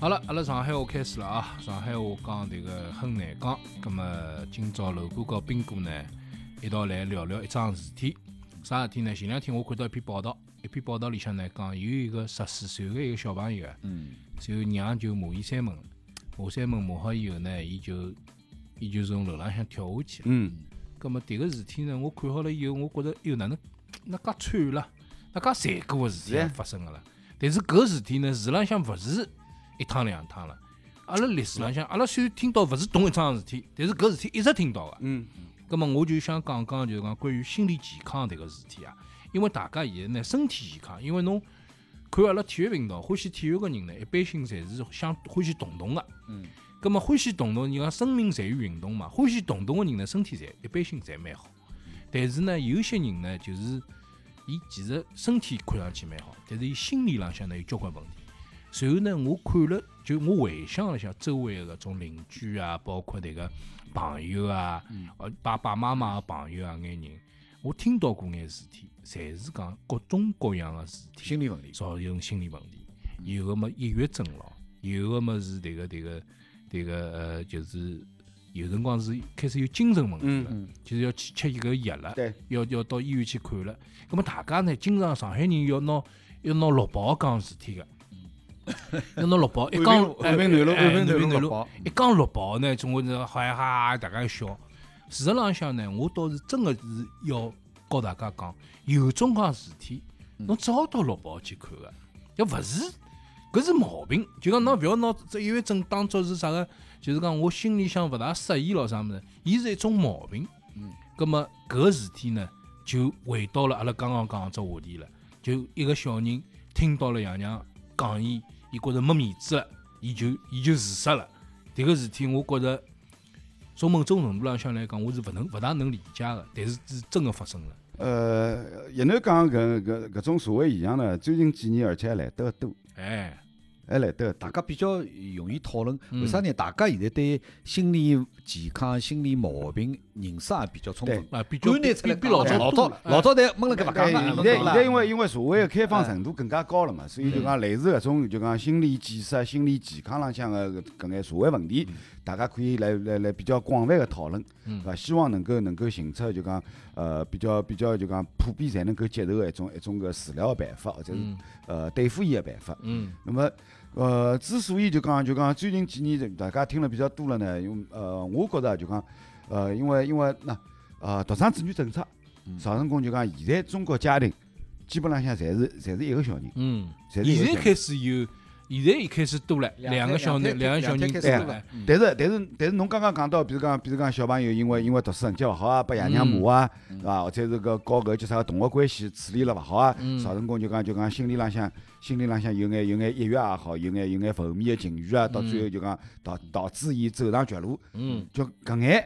好了，阿拉上海话开始了啊！上海话讲迭个很难讲，葛末今朝楼哥和斌哥呢一道来聊聊一桩事体。啥事体呢？前两天我看到一篇报道，一篇报道里向呢讲有一个十四岁的一个小朋友啊，嗯，随后娘就骂伊三门了，骂三门骂好以后呢，伊就伊就从楼浪向跳下去了。嗯，葛末啊迭个事体呢，我看好了以后，我觉着哟哪能那介惨了，那介残酷个事体是也啊发生个了。但是搿事体呢，市浪向勿是一趟两趟了。阿拉历史浪嗯向，阿拉虽然听到勿是同一桩事体，但是搿事体一直听到个。嗯，葛末我就想讲讲，就是讲关于心理健康迭个事体啊，因为大家现在呢身体健康，因为侬看阿拉体育频道，欢喜体育个人呢，一般性侪是想欢喜动动个。嗯。葛末欢喜动动，人家生命在于运动嘛，欢喜动动个人呢，身体侪一般性侪蛮好。但是呢，有些人呢，就是伊其实身体看上去蛮好，但是伊心理浪向呢有交关问题。随后呢，我看了，就我回想了一下周围的搿种邻居啊，包括迭个朋友啊，嗯呃，爸爸妈妈的朋友啊，眼人，我听到过眼事体，侪是讲各种各样的事体，心理问题，造成心理问题，有个么抑郁症咯，有个么是迭个迭个迭个呃，就是有辰光是开始有精神问题嗯了，嗯，就是要去吃一个药了，对，要要到医院去看了。那么大家呢，经常上海人要拿要拿绿袍讲事体个，嗯要拿绿 袍一讲安平南路，哎安平安平南南路路跑，一讲绿袍呢，总归是哈呀哈，大家笑。事实浪向呢，我倒是真个是要告大家讲，有种介事体，嗯侬只好到绿袍去看个，要勿是，搿是毛病。就讲侬勿要拿这抑郁症当作是啥个，就是讲我心里向勿大适意咯啥物事，伊是一种毛病。嗯葛么搿事体呢，就回到了阿拉刚刚讲的只话题了。就一个小人听到了爷娘讲伊，伊觉着没面子了，伊就伊就自杀了。迭个事体，我觉着从某种程度浪向来讲，我是勿能勿大能理解个，但是是真个发生了。呃，一南讲搿搿搿种社会现象呢，最近几年而且还来得多，哎，还来得多。大家比较容易讨论，嗯为啥呢？大家现在对心理健康、心理毛病认识也比较充分，啊，比较观念出来比比讲老了早老早多老早代闷了搿勿但讲啊现嘛，在对现勿在因啦？为因为社会的开放程度更加高了嘛，所以就讲类似搿种就讲心理建设、心理健康浪向的搿搿眼社会问题，大家可以来来来比较广泛的讨论，嗯对伐？希望能够能够寻出就讲呃比较比较就讲普遍侪能够接受的一种一种搿治疗办法，或者是嗯呃对付伊的办法。嗯那么，呃，之所以就讲就讲最近几年大家听了比较多了呢，因为呃，我觉着就讲，呃，因为因为那呃独生子女政策，嗯造成功就讲现在中国家庭基本浪向侪是侪是一个小人，嗯，侪是一现在个小人。开始有，现在已开始多了，两两个胎小人，两个两胎小人两胎多开始多了了，嗯但是但是但是侬刚刚讲到，比如讲比如讲小朋友因为因为读书成绩勿好啊，被爷娘骂啊，对伐？或者是搿搞搿叫啥同学关系处理了勿好啊，嗯造成功就讲就讲心理浪向心理浪向有眼有眼抑郁也好，有眼有眼负面的情绪啊，到最后就讲导导致伊走上绝路。嗯就搿眼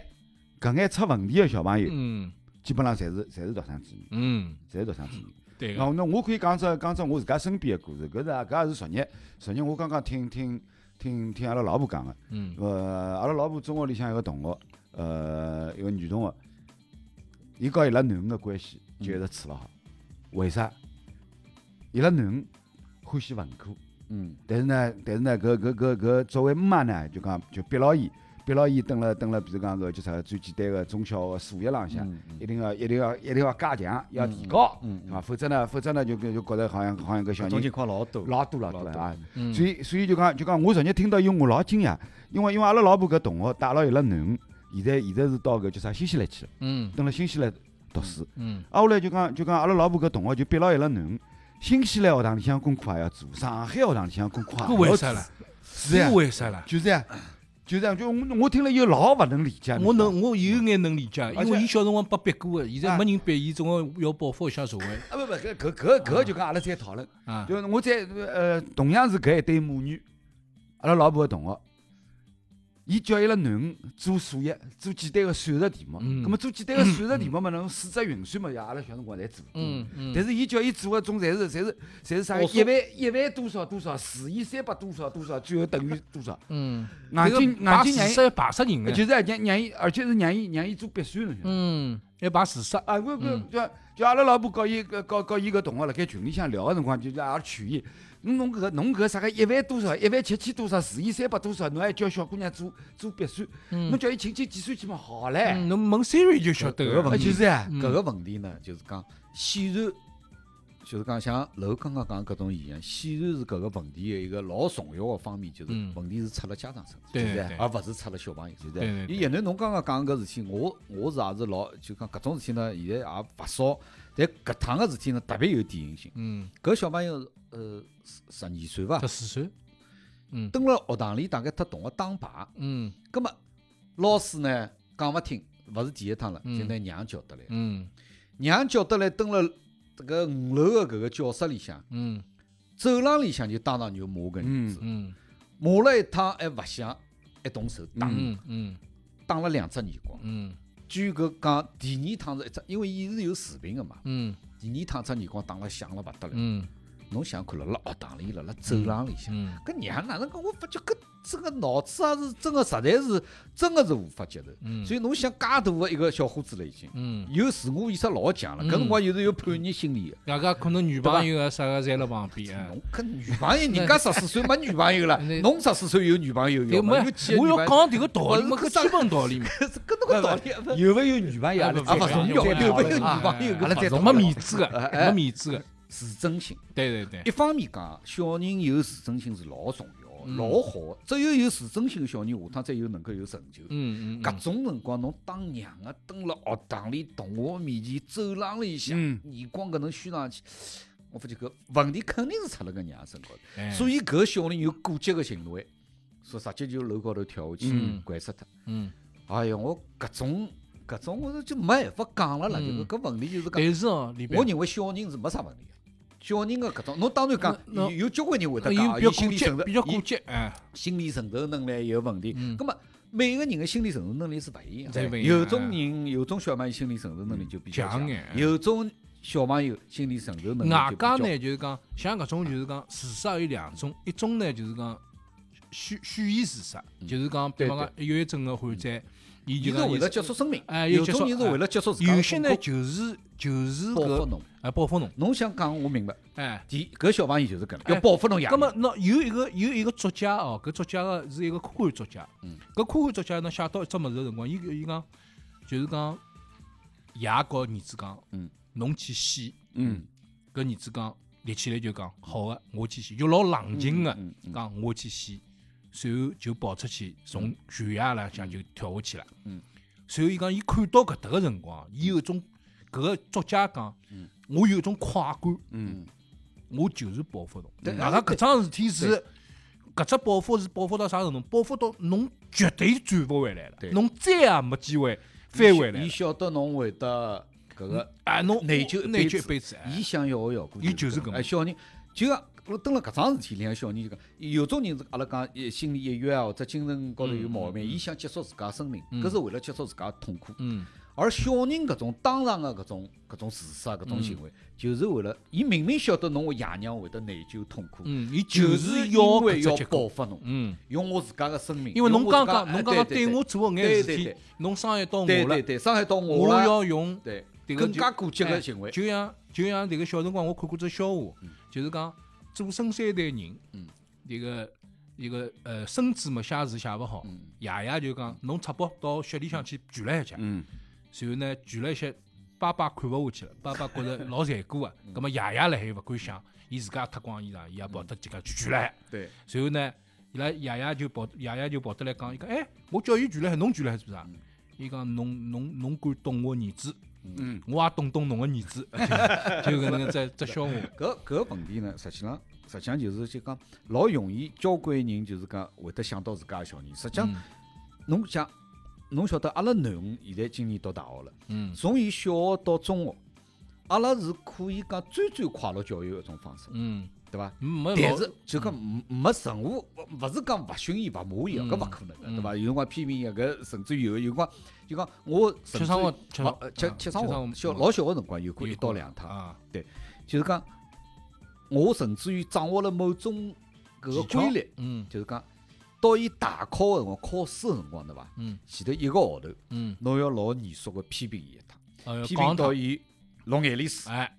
搿眼出问题的小朋友，嗯基本上侪是侪是独生子女，嗯，侪是独生子女。对那个，那我可以讲只讲只我自家身边的故事，搿是啊搿也是昨日，昨日我刚刚听听听听阿拉老婆讲的，嗯呃，阿拉老婆中学里向一个同学，呃，一个女同学，伊和伊拉囡恩的关系就一直处勿好，为啥？伊拉囡恩欢喜文科，嗯，但是呢，但是呢，搿搿搿搿作为妈呢，就讲就逼牢伊，逼牢伊蹲辣蹲辣，比如讲搿叫啥最简单个中小个数学浪向，一定要一定要一定要加强，要提高，对伐？否则呢，否则呢，就就就觉得好像好像搿小搿种情人况老多，老多老多了啊。嗯所以所以就讲就讲，我昨日听到伊，我老惊讶，因为因为阿拉老婆搿同学带牢伊拉囡恩，现在现在是到搿叫啥新西兰去了，嗯蹲辣新西兰读书。嗯啊，后来就讲就讲阿拉老婆搿同学就逼牢伊拉囡恩，新西兰学堂里向功课也要做，上海学堂里向功课也要搿做。为哎啥啦？是呀搿为啥啦？就是呀，就是呀，就我我听了以后老勿能理解。啊我能，我有眼能理解，因而为且伊小辰光被逼过的，现在啊没人逼伊，总归要报复一下社会啊不不，搿搿搿搿就讲阿拉再讨论，啊。就是我再呃，同样是搿一对母女，阿拉老婆个同学，伊教育了囡恩做数学，做简单个算术题目。嗯咁么做简单个算术题目嘛，侬四则运算嘛，也阿拉小辰光侪做。嗯嗯但是伊叫伊做个种，侪是侪是侪是啥？奥数一万一万多少多少，除以三百多少多少，最后等于多少？嗯，眼睛眼睛排让四十排死人伊，的，就是让让伊，而且是让伊让伊做笔算侬晓得伐嗯，要排四十，啊，我我就就阿拉老婆告伊个告告伊个同学辣盖群里向聊个辰光，就是也是劝伊，侬侬搿侬搿啥个一万多少，一万七千多少，除以三百多少，侬还叫小姑娘做做笔算，侬叫伊请起计算器嘛好唻，嗯侬问 Siri 就晓得搿个个问啊题就是啊，嗯搿个问题呢，就是讲，显然就是讲，像楼刚刚讲搿种现象，显然是搿个问题的一个老重要的方面，就是嗯问题是出了家长身上，对就是对而勿是出了小朋友身上。对对对伊叶楠侬刚刚讲搿事体，我我是也是老就讲搿种事体呢，现在也勿少，但搿趟个事体呢特别有典型性。嗯，搿小朋友呃十十二岁伐十，四岁，啊嗯蹲辣学堂里大概脱同学打牌，嗯葛末老师呢讲勿听，勿是第一趟了，嗯就拿娘叫得来。嗯娘叫得来蹲了这个五楼的搿个教室里向，嗯走廊里向就当场就骂搿女子，嗯骂了一趟还勿响，还动手打，嗯嗯打了两只耳光。嗯据搿讲，第二趟是一只，因为伊是有视频的嘛，嗯第二趟只耳光打了响了勿得了。嗯侬想看，辣辣学堂里，辣辣走廊里向，嗯搿娘哪能讲？我发觉搿真个脑子啊是真个，实在是真个是无法接受。嗯所以侬想，介大个一个小伙子了已经，嗯，有自我意识老强了，搿辰光有是有叛逆心理的。大家可能女朋友啊啥个侪辣旁边啊。侬搿女朋友，人家十四岁没女朋友了，那侬十四岁有女朋友对，有没吗？有有几，个我女要朋友？讲迭个道理嘛，搿基本道理嘛，搿搿侬个道理啊，有勿有女朋友啊阿不拉啊勿不重不不要，有 没有不女不朋友哎搿勿重没要面子个，没面子个，自尊心，对对一对，方面讲，小人有自尊心是老重要、老好的。只有有自尊心的小人，下趟才有能够有成就。嗯嗯，搿种辰光，侬当娘个蹲辣学堂里、同学面前、走廊里向，嗯耳光搿能虚上去，我发觉搿问题肯定是出辣搿娘身高头。哎所以搿小人有过激个行为，说直接就楼高头跳下去嗯掼死脱。嗯，哎哟，我搿种搿种我是就没办法讲了啦，就嗯搿问题就是讲，但是哦，李白，我认为小人是没啥问题的。小人个搿种，侬当然讲那有有交关人会得伊讲啊，比较伊过心理承激，受比较伊过激，哎，心理承受能力有问题。嗯咁么每个人的心理承受能力是勿一样对不的，一样有种人有种小朋友心理承受能力就比较强强眼，有种小朋友心理承受能力就外比加较呢就是讲，像搿种就是讲，自杀有两种，一种呢就是讲蓄蓄意自杀，嗯就是讲，比方讲忧郁症个患者，伊伊就是讲为了结束生命哎，有结种束哎人是为了结束自家的有些呢痛苦就是就是报复搿侬。嗯哎报复侬，侬想讲，我明白。哎。第一搿小朋友就是搿能，哎要报复侬爷咁娘。么，喏有一个有一个作家哦，搿作家个是一个科幻作家。嗯。搿科幻作家呢，写到一只物事个辰光，伊伊讲就是讲爷告儿子讲，嗯，侬去死。嗯，搿儿子讲立起来就讲好个，我去死，就老冷静个嗯嗯讲我去死，随后就跑出去，从悬崖浪向就跳下去了。嗯，随后伊讲伊看到搿搭个辰光，啊伊有一种搿个作家讲，嗯我有一种快感，嗯，我就是报复对侬。外加搿桩事体是。搿只报复是报复到啥程度？报复到侬绝对转勿回来了对，侬再也没机会翻回来伊了。晓得侬会得搿个，啊，侬内疚内疚一辈啊一辈子。哎伊想要个效果，伊就是搿能能哎，小人就像我蹲辣搿桩事体里向，小人就讲，有种人是阿拉讲呃心理抑郁啊，或者精神高头有毛病，伊想结束自家生命，搿是为了结束自家痛苦。嗯而小人搿种当场个搿种搿种自杀搿种行嗯为，就是为了伊明明晓得侬个爷娘会得内疚痛苦，嗯，伊就就是要要因为搿要只结果报。复侬，嗯。用我自家个生命，因为用侬我刚自刚家的侬哎刚刚对我做个眼对事对体对，侬伤害到我对对了，对，伤害到我我了，要用对迭个更就加过激哎个行为，就像就像迭个小辰光我看过只笑话，就是讲祖孙三代人，嗯迭个一个呃孙子嘛写字写勿好，嗯爷爷就讲侬赤膊到雪里向去卷了一下，嗯然后呢卷了一些，爸爸看勿下去了，爸爸觉 着老残酷个，嗯葛末爷爷辣海勿敢想，伊自家脱光衣裳，伊也跑得自家去卷了一下。对，然后呢，伊拉爷爷就跑，爷爷就跑得来讲，伊讲，哎，我叫伊拳来海，侬拳来海做嗯啥？啊伊讲，侬侬侬敢动我儿子，嗯，我也动动侬个儿子，就就搿能个只只笑话，搿搿个问题呢，实际上实际上就是就讲老容易，交关人就是讲会得想到自家个小人。实际上嗯，侬想，侬晓得阿拉囡恩现在今年读大学了，嗯从伊小学到中学，阿拉是可以讲最最快乐教育的一种方式。嗯对伐？没但老是就讲没没任何，勿是讲勿熏伊、勿骂嗯伊，搿勿可能个，对伐？有辰光批评伊，啊搿甚至于有有辰光就讲我甚吃至生活于吃勿呃吃啊吃生吃活生，活小嗯老小个辰光有过有一到过两趟，啊，就是讲我甚至于掌握了某种搿个技巧规律，嗯就是讲到伊大考个辰光，考试个辰光对伐？嗯前头一个号头，嗯，侬要老严肃个批评伊一趟，啊要批讲评到到，伊弄眼泪水，哎，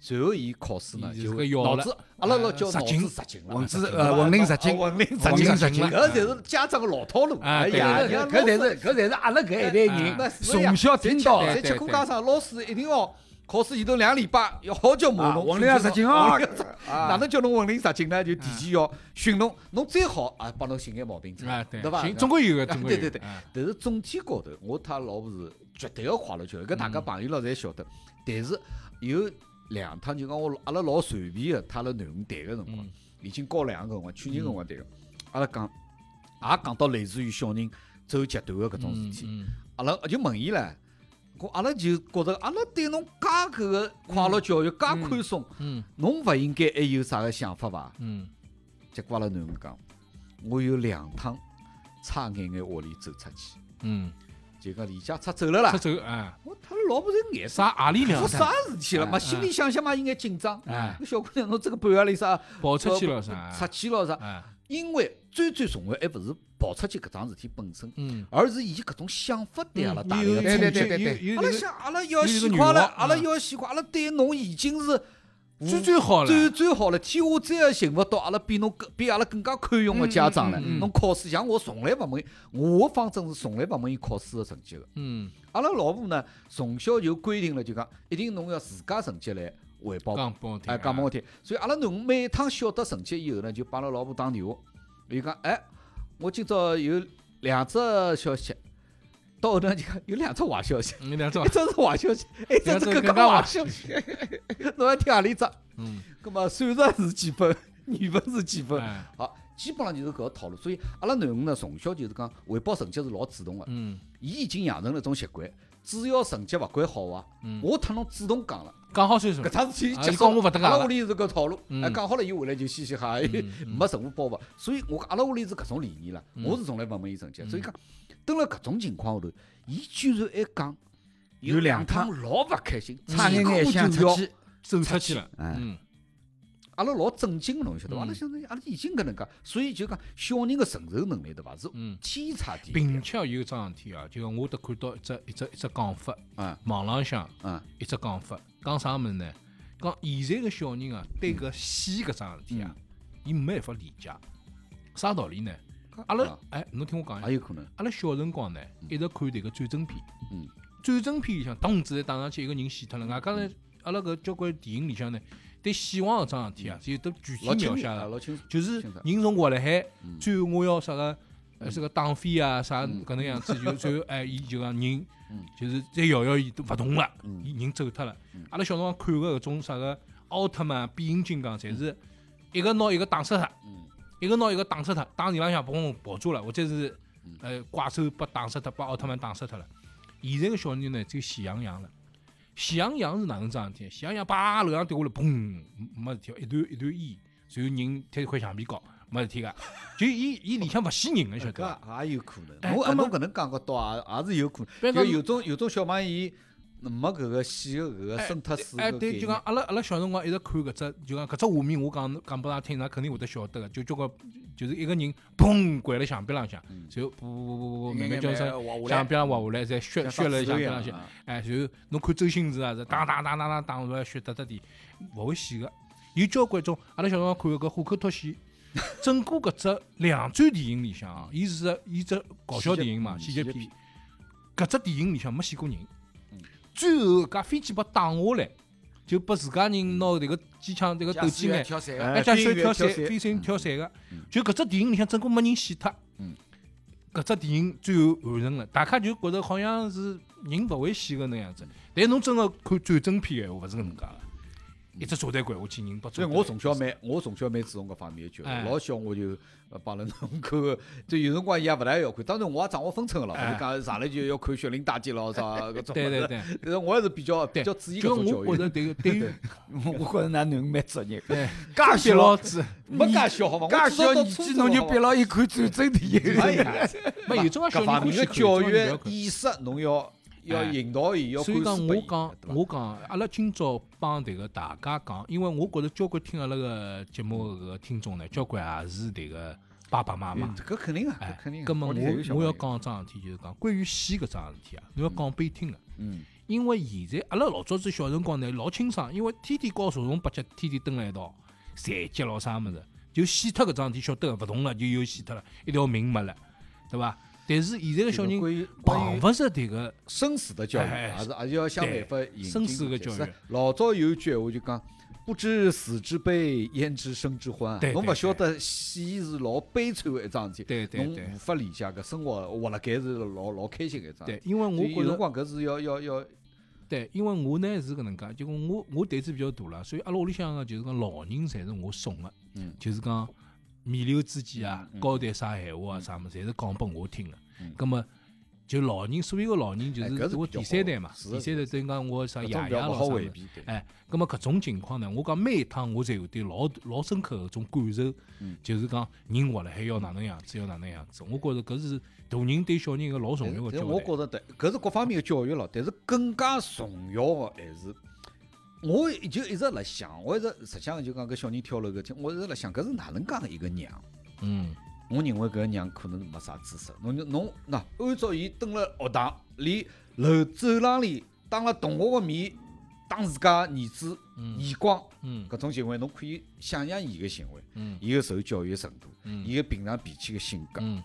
随后伊考试呢伊是就个会要脑了子，阿拉老哎叫杀脑青子杀青了，文字杀青呃了文明啊杀青啊文明文杀明青杀青搿才是家长个老套路。哎对呀，对你对看对搿才是搿才是阿拉搿一代哎人从小听到对侪对吃苦对家长，老师一定要考试前头两个礼拜要好叫骂啊侬。文训明训杀侬青啊文明杀哪能叫侬文明杀青呢？就提前要训侬，侬最好啊帮侬寻眼毛病出来啊对对，伐？行，总归有个， 啊总归对对有个对啊但是总体高头，我他老婆是绝对个快乐教育，搿大家朋友咯侪嗯晓得。但是有两趟就讲我阿拉老随便个，他辣南湖谈个辰光嗯，已经高两个辰光，去年个辰光谈个，阿拉讲也讲到类似于小人走极端个搿种事体，嗯阿拉就问伊唻。我阿拉就觉着，阿拉对侬介搿个快乐教育介宽松，嗯侬勿应该还有啥个想法伐？嗯结果阿拉囡恩讲，我有两趟差眼眼屋里走出去，嗯就讲离家出走了啦嗯，出。走啊，我他老婆侪眼啥？啥阿里两出啥趟事体了嘛？心里想想嘛，有眼紧张。哎搿小姑娘侬这个半夜里啥跑出去了啥？出去了啥？啊，因为最最重要还勿是跑出去搿桩事体本身，嗯，而是伊搿种想法对阿拉带来有个有冲击。有阿有有有拉有想，阿拉要有一个喜欲欢了，望阿拉嗯要喜欢，阿拉对侬已经是最最好了，最最好了，天下再也寻勿到阿拉比侬更比阿拉更加宽容个家长了。嗯嗯嗯嗯侬考试像我从来勿问，我方针是从来勿问伊考试个成绩个。嗯，阿拉老婆呢，从小就规定了，就讲一定侬要自家成绩来汇报，讲帮我听，哎，讲帮我听。所以阿拉侬每一趟晓得成绩以后呢，就帮阿拉老婆打电话，伊讲，哎，我今朝有两只消息，到后头就讲有两只坏消息，你两 种一，只是坏消息，哎一只两只是更更加加坏坏消息。侬要听何里只？嗯，葛末算术是几分， 语文是几分？哎好，基本上就是搿个套路。所以阿拉囡恩呢，从小就是讲汇报成绩是老主动个。嗯，伊已经养成了一种习惯，只要成绩勿管好啊，嗯我特侬主动讲了，讲好算数搿，桩事体啊结伊束讲我勿搭界阿拉了屋里是搿套路，嗯哎，讲好了伊回来就嘻嘻哈哈，没任何包袱。所以我讲阿拉屋里是搿种理念了，嗯我是从来勿问伊成绩，所以讲蹲辣搿种情况下头，伊居然还讲有两趟趟老勿开心，嗯差眼眼眼想就出要去，走出去了，哎嗯阿拉老震惊个，侬晓得伐？阿拉嗯想着阿拉已经搿能介，所以就讲小人个承受能力对伐是嗯。天差地别并且有一桩事体啊，就我得看到一只一只一只讲法，啊网浪向啊一只讲法，讲啥物事呢？讲现在个小人啊，对搿戏搿桩事体啊，嗯伊没办法理解，啥道理呢？阿拉啊哎，侬听我讲一下也有可能，阿拉小辰光呢，一直看迭个战争片。嗯，战争片里向咚子弹打上去，一个人死脱了。外加呢，嗯阿拉搿交关电影里向呢，对死亡搿桩事体啊，是有得具嗯体老清描写爽啊，的。老清爽。就是清楚嗯人从活辣海，最后我要啥个，呃，是个党费啊，啥搿能样子，就最后哎，伊就讲人，就是再摇摇伊都勿动了，伊人走脱了。阿拉小辰光看个搿种啥个奥特曼、变形金刚，侪是一个拿一个打死脱，一个拿一个打死脱，打地浪向砰跑住了，或者是呃怪兽被打死脱，把奥特曼打死脱了。现在个小人呢，只有喜羊羊了。喜羊羊是哪能桩事体？喜羊羊叭楼上掉下来，砰，没事体，一段一段烟，随后人推一块橡皮膏，没事体个。就伊伊里向勿死人个，晓得伐？搿也有可能。哎侬葛按末侬搿能讲个倒也也是有可别能。讲就有种有种小朋友伊没搿个戏个搿个哎生脱死哎，搿对，就概念讲阿拉阿拉小辰光一直看搿只，就讲搿只画面，我讲讲拨㑚听，㑚肯定会得晓得个。就交关，就是一个人砰掼辣橡皮浪向，嗯随后噗噗噗噗噗，眼那个眼叫眼啥滑下来橡皮浪滑下来，再削像削了橡发丝皮一浪样向啊。哎，然后侬看周星驰啊，是打打打打打打，完了血哒哒滴，勿会死个。有交关种，阿拉小辰光看个搿《虎口脱险》，整个搿只两战电影里向啊，伊是个伊只搞笑电影嘛，喜喜剧剧片片。搿只电影里向没死过人，最后搿飞机被打下来，就拨自家人拿迭个机枪迭个斗鸡眼，哎哎，驾驶员跳伞，飞跃跳伞飞行员跳伞个，就搿只电影里向整个没人死脱。搿只电影最后完成了，大家就觉得好像是人勿会死个能样子。但侬真个看战争片个闲话，勿是搿能介个。一只炸弹掼下去，人把所炸以弹我从小蛮，我从小蛮注重搿方面的教哎育。老小我就呃帮了侬 看，就有辰光伊也勿大要看。当然我也掌握分寸了，哎我就讲上来就要看血淋大记 咯，啥搿种。对对。对但是 我还是比较比对，较注意搿就种教我觉育。着对于对于 我觉着㑚囡恩蛮职业，对介小小老子，没介小好伐？介我至小少到年初纪中侬就好伐逼牢伊看战争片，哎呀，没有种啊小搿人方欢面喜的看教有种人育勿要看意识侬要要哎引导伊，要所以灌讲，输我拨伊讲，对伐我讲，阿拉今朝帮迭个大家讲，因为我觉着交关听阿拉个节目个听众呢，交关也是迭个爸爸妈妈嗯。搿肯定啊，哎搿肯定啊。，葛末屋里侪有小我我要朋友，讲桩事体，就是讲关于死搿桩事体啊，侬要讲拨伊听个。嗯，因为现在阿拉老早子小辰光呢，老清爽，因为天天搞茶虫八脚，天天蹲辣一道，残疾咯啥物事，就死脱搿桩事体，晓得个勿同了，就又死脱了，一条命没了，对伐？但是现在个小人这个关于啊关碰于勿着迭个，生死的教育，哎还是还是要想办法引进生死的进去教育是老早有一句闲话就讲。不知死之悲，焉知生之欢啊对？侬对勿晓得死是老悲惨的一桩事体，对对侬对无法理解搿生活活辣盖是老老开心的一桩。对，，因为我我有觉辰着。光搿是要要要对，因为我呢是搿能介，就讲我我胆子比较大了，所以阿拉屋里向个就是讲老人侪是我送个，嗯就是讲弥留之际啊嗯嗯，交代啥闲话啊啥物事，侪是讲拨我听个嗯。葛末就老人，所有个老人就哎搿是比是我较第好三的代嘛，是第的三代等于讲我啥搿爷种爷比较勿咯好啥物回事。避。对哎，葛末搿种情况呢，我讲每一趟我侪有对老老深刻搿种感受嗯，就是讲人活了还要哪能样子，要哪能样子。我觉着搿是大人对小人一个老重要个哎但是交我代。觉着对，搿是各方面的教育咯，但是更加重要的还是，我就一直辣想，我一直实际上就讲搿小人跳楼搿，我一直辣想，搿是哪能介的一个娘？嗯，我认为搿个娘可能没啥知识，侬就侬那按照伊蹲辣学堂，连楼走廊里当了同学的面打自家儿子嗯耳光，嗯搿种行为，侬可以想象伊个行为，嗯伊个受教育的程度，嗯伊个平常脾气个性格，嗯。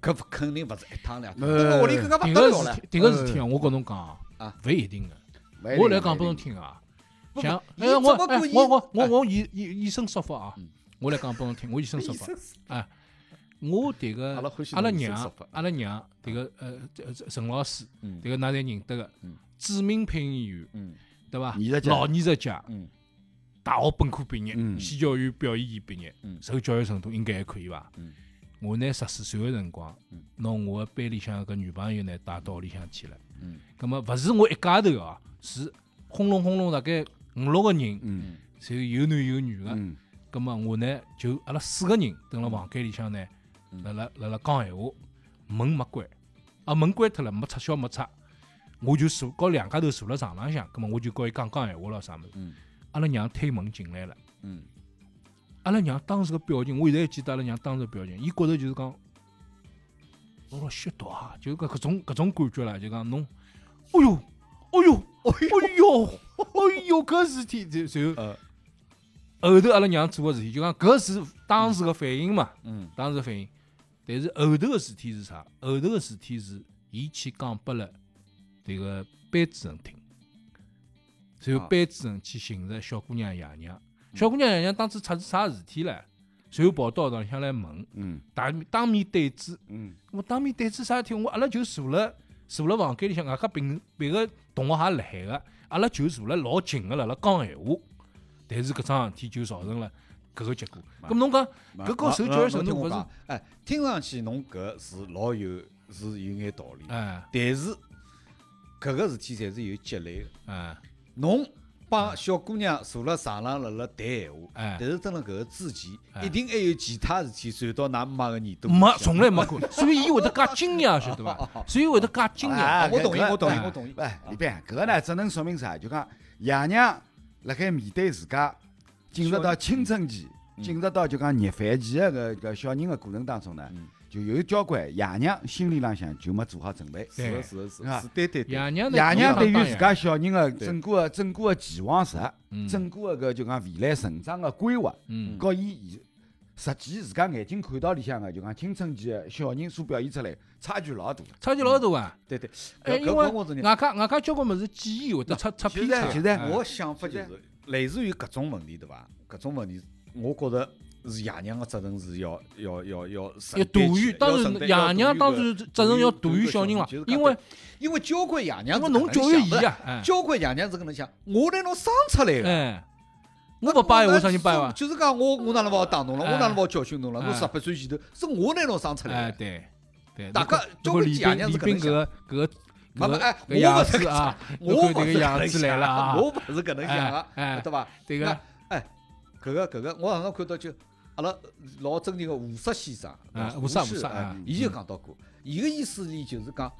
搿勿肯定勿是一趟两趟，呃搿屋里更加迭勿得个了事了。嗯体，迭个事体啊，我跟侬讲啊，勿一定个。我来讲拨侬听啊，不像不哎伊我只不哎过伊我我我我医医医生说法啊啊嗯，我来讲拨侬听，我医生说法啊，我迭个阿拉欢喜阿拉侬医生说娘法阿拉娘迭个呃这这陈老师嗯迭个㑚侪认得个嗯，著名配音员嗯对伐？艺术家老艺术家，嗯大学本科毕业，嗯西教育表演系毕业嗯，受教育程度应该还可以伐嗯？我呢十四岁个辰光嗯，拿我个班里向个女朋友呢带到屋里向去了。嗯咁么勿是我一家头啊，是轰隆轰隆大概五六个人，嗯所以有男有女个。嗯咁么我呢就阿拉四个人蹲辣房间里向呢，嗯辣辣辣辣讲闲话，门没关，啊门关脱了，没插销没插，我就坐告两家头坐辣床浪向，咁么我就告伊讲讲闲话咯啥物事。嗯阿拉娘推门进来了，嗯阿拉娘当时个表情，我现在还记得阿拉娘当时个表情，伊觉着就是讲，我说血到啊，就是搿搿种搿种感觉啦，就讲侬，哎哟，哎哟，哎哟，哎哟，搿事体就就呃后头阿拉娘做个事体，就讲搿是当时个反应嘛，嗯当时个反应。但是后头个事体是啥？后头个事体是伊去讲拨了迭个班主任听，啊嗯然后班主任去寻着小姑娘爷娘，小姑娘爷娘当初出是啥事体唻？然后跑到学堂里向来问，嗯当当面对质，嗯我当面对质啥事体？我阿拉就坐了坐了房间里向，外加别别个同学也辣海个，阿拉就坐了老近个了，辣讲闲话。但是搿桩事体就造成了搿个结果。咁侬讲啊搿跟受教育程啊侬听度我勿是讲？哎，听上去侬搿是老有是有眼道理，哎但是搿个事体侪是有积累的。哎侬帮小姑娘坐辣床浪辣辣谈闲话，哎但是等辣搿个之前，哎一定还有其他事体传到㑚妈个耳朵里没向从来没过，所以伊会得介惊讶，晓 得伐？所以会得介惊啊讶。我同意，搿我同意，哎我同意。不，李斌，搿个呢，只能说明啥？就讲爷娘辣盖面对自家进入到青春期，嗯进入到就讲热饭期的搿搿小人的过程当中呢嗯，就有交关爷娘心里浪向就没做好准备。是的，是的，是哎的，啊是对对对。爷娘呢？爷娘对于当然自家小人的对整个的整个的期望值，嗯整个的搿就讲未来成长的规划，嗯和伊现实际自家眼睛看到里向的就讲青春期的小人所表现出来的差距老大。差距老大啊！对对，哎，搿因搿我是为外加外加交关物事记忆会得出出现偏在差。现在哎我想法就是类似于搿种问题，对伐？搿种问题，我觉着是爷娘个责任是要要要要承要大担于，起来当要然承担要爷娘当大于然搿个责任要大大于于搿小人嘛小人，因为因为交关爷娘因是搿为能侬教育想伊的啊，哎交关爷娘是搿能想，我拿侬生出来个，哎，我不帮闲话，啥人帮闲啊我话？就是讲我我哪能把我打侬了，我哪能把我教训侬了？哎我十八岁前头是我拿侬生出来哎，的。对对，大家如交果关李爷斌娘李是搿斌能搿个搿没没个哎搿我个样不是子啊，我不看这是个搿样能子来了啊想，我不是搿能想啊，哎哎对伐？对个那哎，搿个搿个，我常常看到就阿拉老尊敬个胡适先生，啊胡胡适适胡适啊啊，伊就讲到过，伊个意思里就是讲，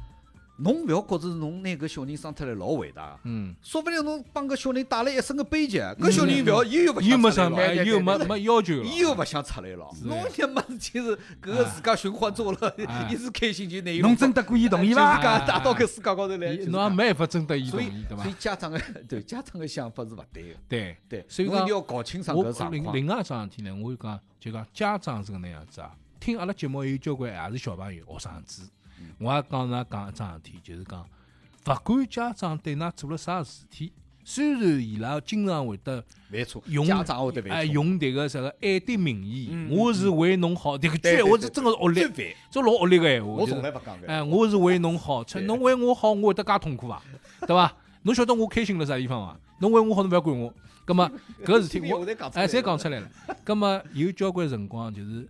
侬勿要觉着侬拿搿小人生出来老伟大，嗯，说不定侬帮搿小人带来一身个悲剧，搿小人勿要，伊又勿又想没出来上了哎班，又没没要求了， 伊又勿想出来了，是侬也没事体是搿个自家寻欢作乐哎，一是开心就拿 伊侬弄真得过伊哎同意就是啊伐？讲带到搿世界高头来，就是侬也讲没办法征得伊所同以意，对伐所以？家长个对家长个想法是勿对个，对。对，所以侬讲一定要搞清爽搿我个状另况。另外一桩事体呢，我就讲就讲家长是搿能样子啊，听阿拉节目也有交关也是小朋友、学生子，嗯我也讲㑚讲一桩事体，就是讲，勿管家长对㑚做了啥事体，虽然伊拉经常会得犯错用家长会得哎犯错，用迭个啥个爱的名义，嗯我是为侬好，迭个句闲话是真个恶最劣，烦，这老恶劣个闲话。我就是从来勿讲搿。哎，我是为侬好，趁侬为我好，我会得介痛苦伐？对伐？侬晓得我开心了啥地方伐？侬为我好，侬勿要管我。葛么搿事体我侪讲出来哎，了侪讲出 来了。葛么有交关辰光就是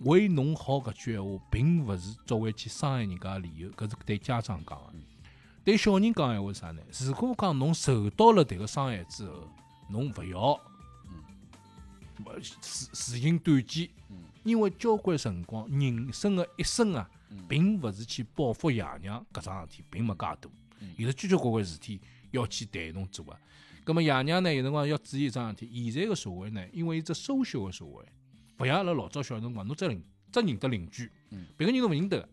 为侬好搿句闲话，并勿是作为去伤害人家的理由，搿是对家长讲个。嗯对小人讲闲话是啥呢？如果讲侬受到了迭个伤害之后，侬勿要嗯勿自自行断剑，因为交关辰光人生的一生啊，嗯并勿是去报复爷娘搿桩事体，并没介大，嗯有的交交关关事体要去对侬做啊。葛么爷娘呢，有辰光要注意一桩事体。现在个社会呢，因为一只 social 个社会，勿像阿拉老早小辰光，侬只认只认得邻居，嗯别个人侬勿认得个。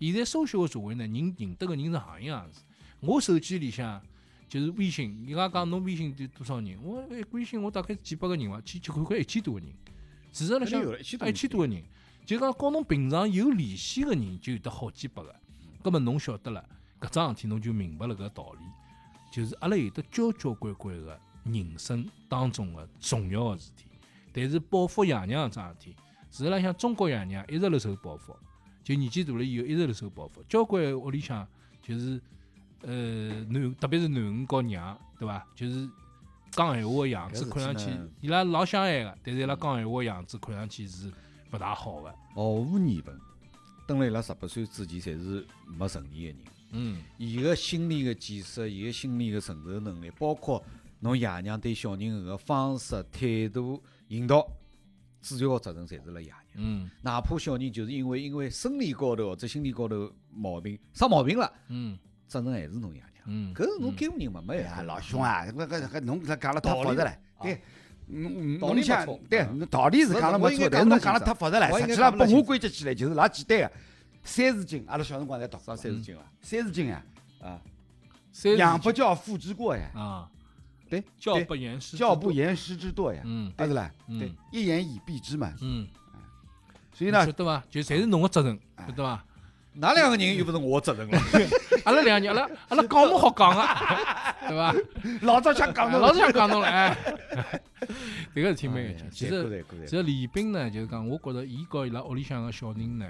现在 social 个社会呢，人认得个人是行样行市。我手机里向就是微信，人家讲侬微信有多少人？我哎微信我大概几百个人伐，几几看看一千多个人。事实浪向肯定有了一千多一千多个人，就讲跟侬平常有联系个人就有得好几百个。嗯葛么侬晓得了，搿桩事体侬就明白了搿道理，就是阿拉有得交交关关个人生当中个重要个事体。但是报复爷娘搿桩事体，事实浪向中国爷娘一直辣受报复，就年纪大了以后一直辣受报复。交关屋里向就是呃囡，特别是囡恩和娘，对伐？就是讲闲话个样搿子，事体看上去呢伊拉老相爱个，但是伊拉讲闲话个样子看上去是勿大好个。毫无疑问，等了伊拉十八岁之前，侪是没成年个人。嗯，伊个心理个建设，伊个心理个承受能力，包括侬爷娘对小人个方式、态度、引导，主要责任侪是辣爷娘。嗯哪怕小人就是因为因为生理高头或者心理高头毛病生毛病了，嗯责任还是侬爷娘。嗯，搿是侬监护人嘛，没哎办呀，法。老兄啊，搿搿搿侬搿讲了太复杂了，对。侬道理侬没想错对，嗯侬道理是讲了没我应错，该但讲是侬得讲了清太楚复杂了。我应实该际上讲把得我清归结起来就是老简单个，啊三字经，阿拉小辰光侪读啥，过三十斤啊？三字经啊，啊，三养不不教，父之过呀，啊，对，教对不严师，教不，严，师之惰呀，嗯对不啦？嗯对，一言以蔽之嘛。嗯，所以你呢晓，得伐？就侪是侬个责任，哎晓得伐？哪两个人又勿是我责任了？阿拉两个人，阿拉阿拉讲么好讲啊， 对伐？老早想讲哎的，老是想讲侬了，哎，迭个事体蛮有哎劲呀。 其残酷残实酷残酷其实李斌呢，就是讲，我觉着伊和伊拉屋里向个小人呢，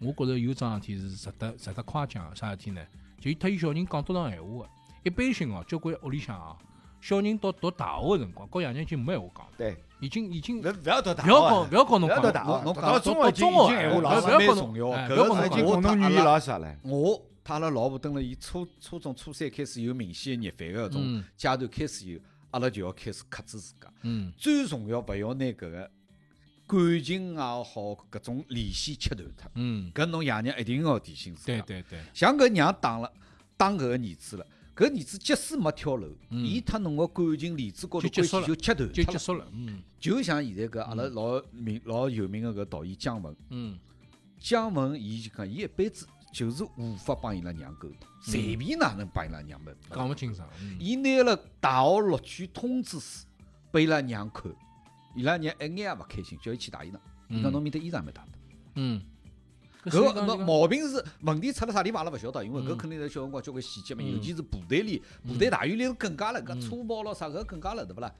我觉着有桩事体是值得值得夸奖个，啥事体呢？就伊特伊小人讲多场闲话个。啊一般性哦，交关屋里向哦，小人到读大学个辰光，和爷娘已经没闲话讲了，对，已经已经勿勿要读大不要讲不要讲不侬要讲读了，大侬侬学，读讲到了中到学中已学经哎闲话不要老不少要蛮讲侬重要搿哎不要个已讲侬经讲共同语言老少了。我派阿拉老婆蹲辣伊初初中初三开始有明显个热饭个搿种嗯阶段开始以后，阿拉就要开始克制自家。嗯最重要，勿要拿搿个感情也好，搿种联系切断脱。嗯，搿侬爷娘一定要提醒自对家。对对，像搿娘打了打搿个儿子了，搿儿子即使没跳楼，嗯伊脱侬个感情链子高头就结关束系就了切断就脱结了。束了，嗯就像现在搿阿拉老名老有名个搿导演姜文，嗯姜文伊就讲伊一辈子就是无法帮伊拉娘沟通，随便哪能帮伊拉娘们。讲勿清爽，嗯伊拿了大学录取通知书拨伊拉娘看，伊拉娘一眼也勿开心，叫伊去洗大衣裳。伊讲侬面搭衣裳没带到，嗯，搿个个毛毛病是问题出了啥地方阿拉勿晓得，因为搿嗯肯定是小辰光交关细节嘛，嗯尤其是部队里，部队大院里是更加了，搿粗暴咯啥搿更加了，对勿啦？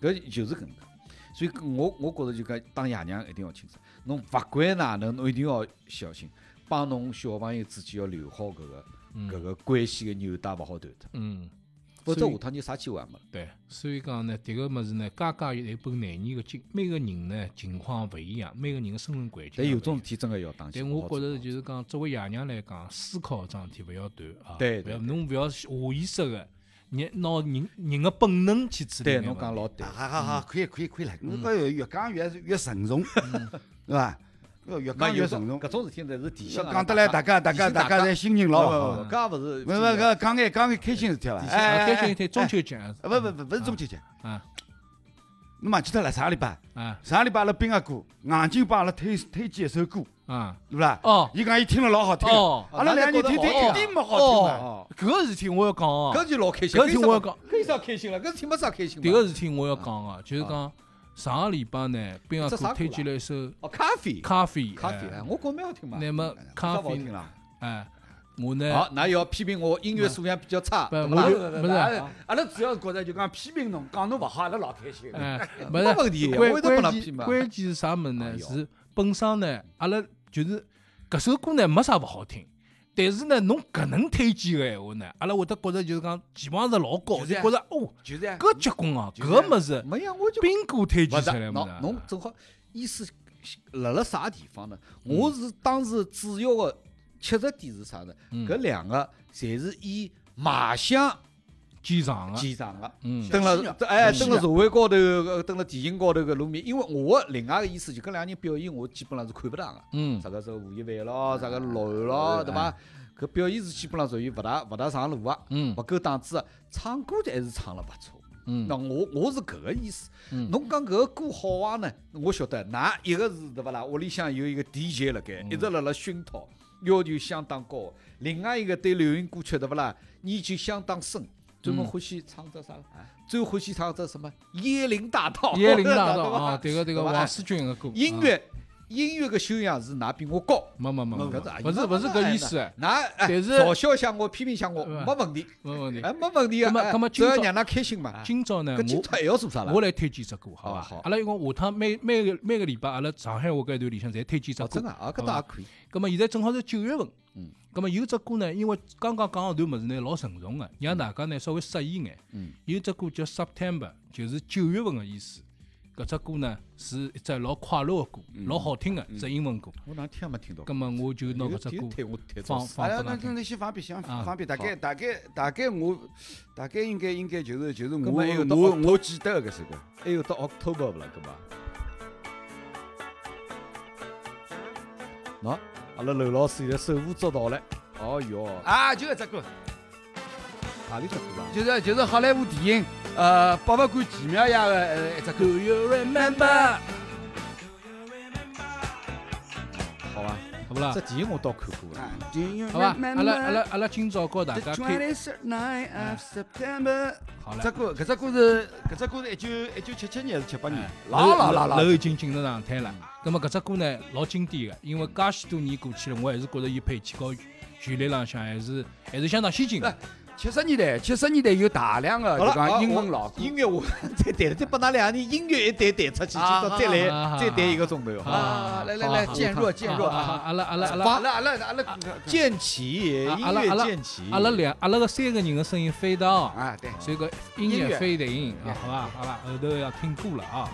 搿就是搿能介。所以我我觉着就讲当爷娘一定要清楚，侬勿管哪能，侬一定要小心，帮侬小朋友之间要留好搿个搿个关系个纽带勿好断脱。嗯，否则所以下趟就啥机会也没了。对，所以讲呢，迭个物事呢，家家有一本难念的经，每个人呢情况勿一样，每个人的生存环境。但有种事。体真个要当心。但啊我觉着就就是讲，作为爷娘来讲，思考桩事体勿要断啊，对不要对侬勿要下意识个，拿拿人人个本能去处理对那侬个讲问老题对，啊嗯好好好，可以可以可以了，侬搿越越讲越越沉重，对伐？搿越没 讲有越种沉重搿。种事体呢是提醒讲得来，大家大家大家侪心情老好勿。哦搿也勿是勿勿搿讲眼讲眼开心事体伐？啊哎，开心一体。天，中秋节啊勿勿勿勿是中秋节，啊侬忘记脱了？上个礼拜，啊上个礼拜阿拉斌阿哥硬劲帮阿拉推推荐一首歌，啊！对勿啦？哦伊讲伊听了老好听，哦阿拉两个人听听一点没好听的。哦，搿个事体我要讲哦，搿就老开心。搿事体我要讲，搿有啥开心了？搿事体没啥开心嘛。迭个事体我要讲啊，就是讲上个礼拜呢，斌阿这啥歌哥推啦荐了一首哦，咖啡，咖啡，咖啡，哎哎我觉蛮好听嘛。哎那么咖啥不好啡听了？哎，我呢，好，那要批评我音乐素养比较差，不，怎么哎啦我就不不是，哎阿拉主要是觉着就讲批评侬，讲侬勿好，阿拉老开心。哎，不没是，问题，我关一直不能关批键嘛。关键是啥么子哎呢？呦是本身呢，阿拉就是搿首歌呢没啥勿好听，但是呢，侬搿能推荐个闲话呢，阿拉会得觉着就是讲期望值老高，就就是啊觉着哦，就是啊，搿结棍哦，搿就是个物事没呀，我就斌哥推不荐出是，来侬么子，啊侬正好意思辣辣啥地方呢？嗯我是当时主要的切入点是啥呢？嗯搿两个侪是以卖相记账个，见长的。嗯登小了，哎，小登了社会高头，呃登了电影高头搿路面，因为我另外个意思就搿两人表演，我基本上是看不上个。嗯啊哎啥个是吴亦凡咯，啥个陆瀚咯，对伐？搿表演是基本上属于勿大勿大上路啊，嗯勿够档次啊。唱歌还是唱了勿错。嗯那我我是搿个意思。嗯侬讲搿个歌好坏呢？我晓得，㑚一个是对勿啦？屋里向有一个 DJ 辣嗯盖，一直辣辣熏陶，要求相当高。另外一个对流行歌曲对勿啦，研究相当深，专门欢喜唱只啥？最欢喜唱只什么？椰林大道。嗯椰林 大道对伐啊，迭个迭个对伐王思俊个歌，音啊，乐音乐个修养是㑚比我高。没没没没，搿是啊不是不是搿意思，那哎，但是嘲笑一下我，批评一下我，呃没问题，没问题。哎，没问题啊。那么哎那么啊只要今朝让他开心嘛。今朝呢，搿今我朝还要做啥啦？我来推荐只歌，好啊伐好？阿拉一共下趟每每个每个礼拜，阿拉上海话搿一段里向侪推荐只哦，真歌的。啊，搿倒好吧也可以。咁么现在正好是九月份，嗯，咁啊么有只歌呢，因为刚刚讲个段物事呢老沉重个，让大家呢稍微适意眼。嗯，有只歌叫 September，就是九月份个意思。搿只歌呢是一只老快乐个歌，嗯老好听个只英文歌。我哪听也没听到咁么我就拿搿只有歌有推我推放着放阿拉拨那㑚听。那先放边，先啊放边。大概大概大概我大概应该应该就是就是么我还有到我我记得的搿首歌。还有到 October 勿啦，搿嘛？喏，阿拉刘老师现在手舞足蹈了。哦哟，啊，就搿只歌，哪里只歌啊？就是就是好莱坞电影呃《博物馆奇妙夜》的呃一只歌。 Do you remember？好伐？好不啦这？电影我倒看过了。啊 Do you 好吧，阿拉 remember 阿拉阿拉今朝告大 the 家推 23rd night of September？好了这。歌搿只歌是搿只歌是一九一九七七年还是七八年哎？啊老老老老楼。已经进入常态了。那么搿只歌呢，老经典的，因为介许多年过去了，我还是觉着伊配器和旋律浪向还是还是相当先进的。七十年代，七十年代有大量的好就了，啊讲英文我老歌。音乐我再弹了，再把那两个人音乐一弹弹出去，今朝再啊来啊再弹一个钟头，好吧？啊来来来渐弱渐弱啊！阿拉阿拉阿拉阿拉阿拉阿拉剑起，音啊阿拉阿乐拉剑起，阿拉两阿拉个三个人的声音飞到，啊对。所以个音乐飞的音，啊好吧好吧，后头要听歌了啊。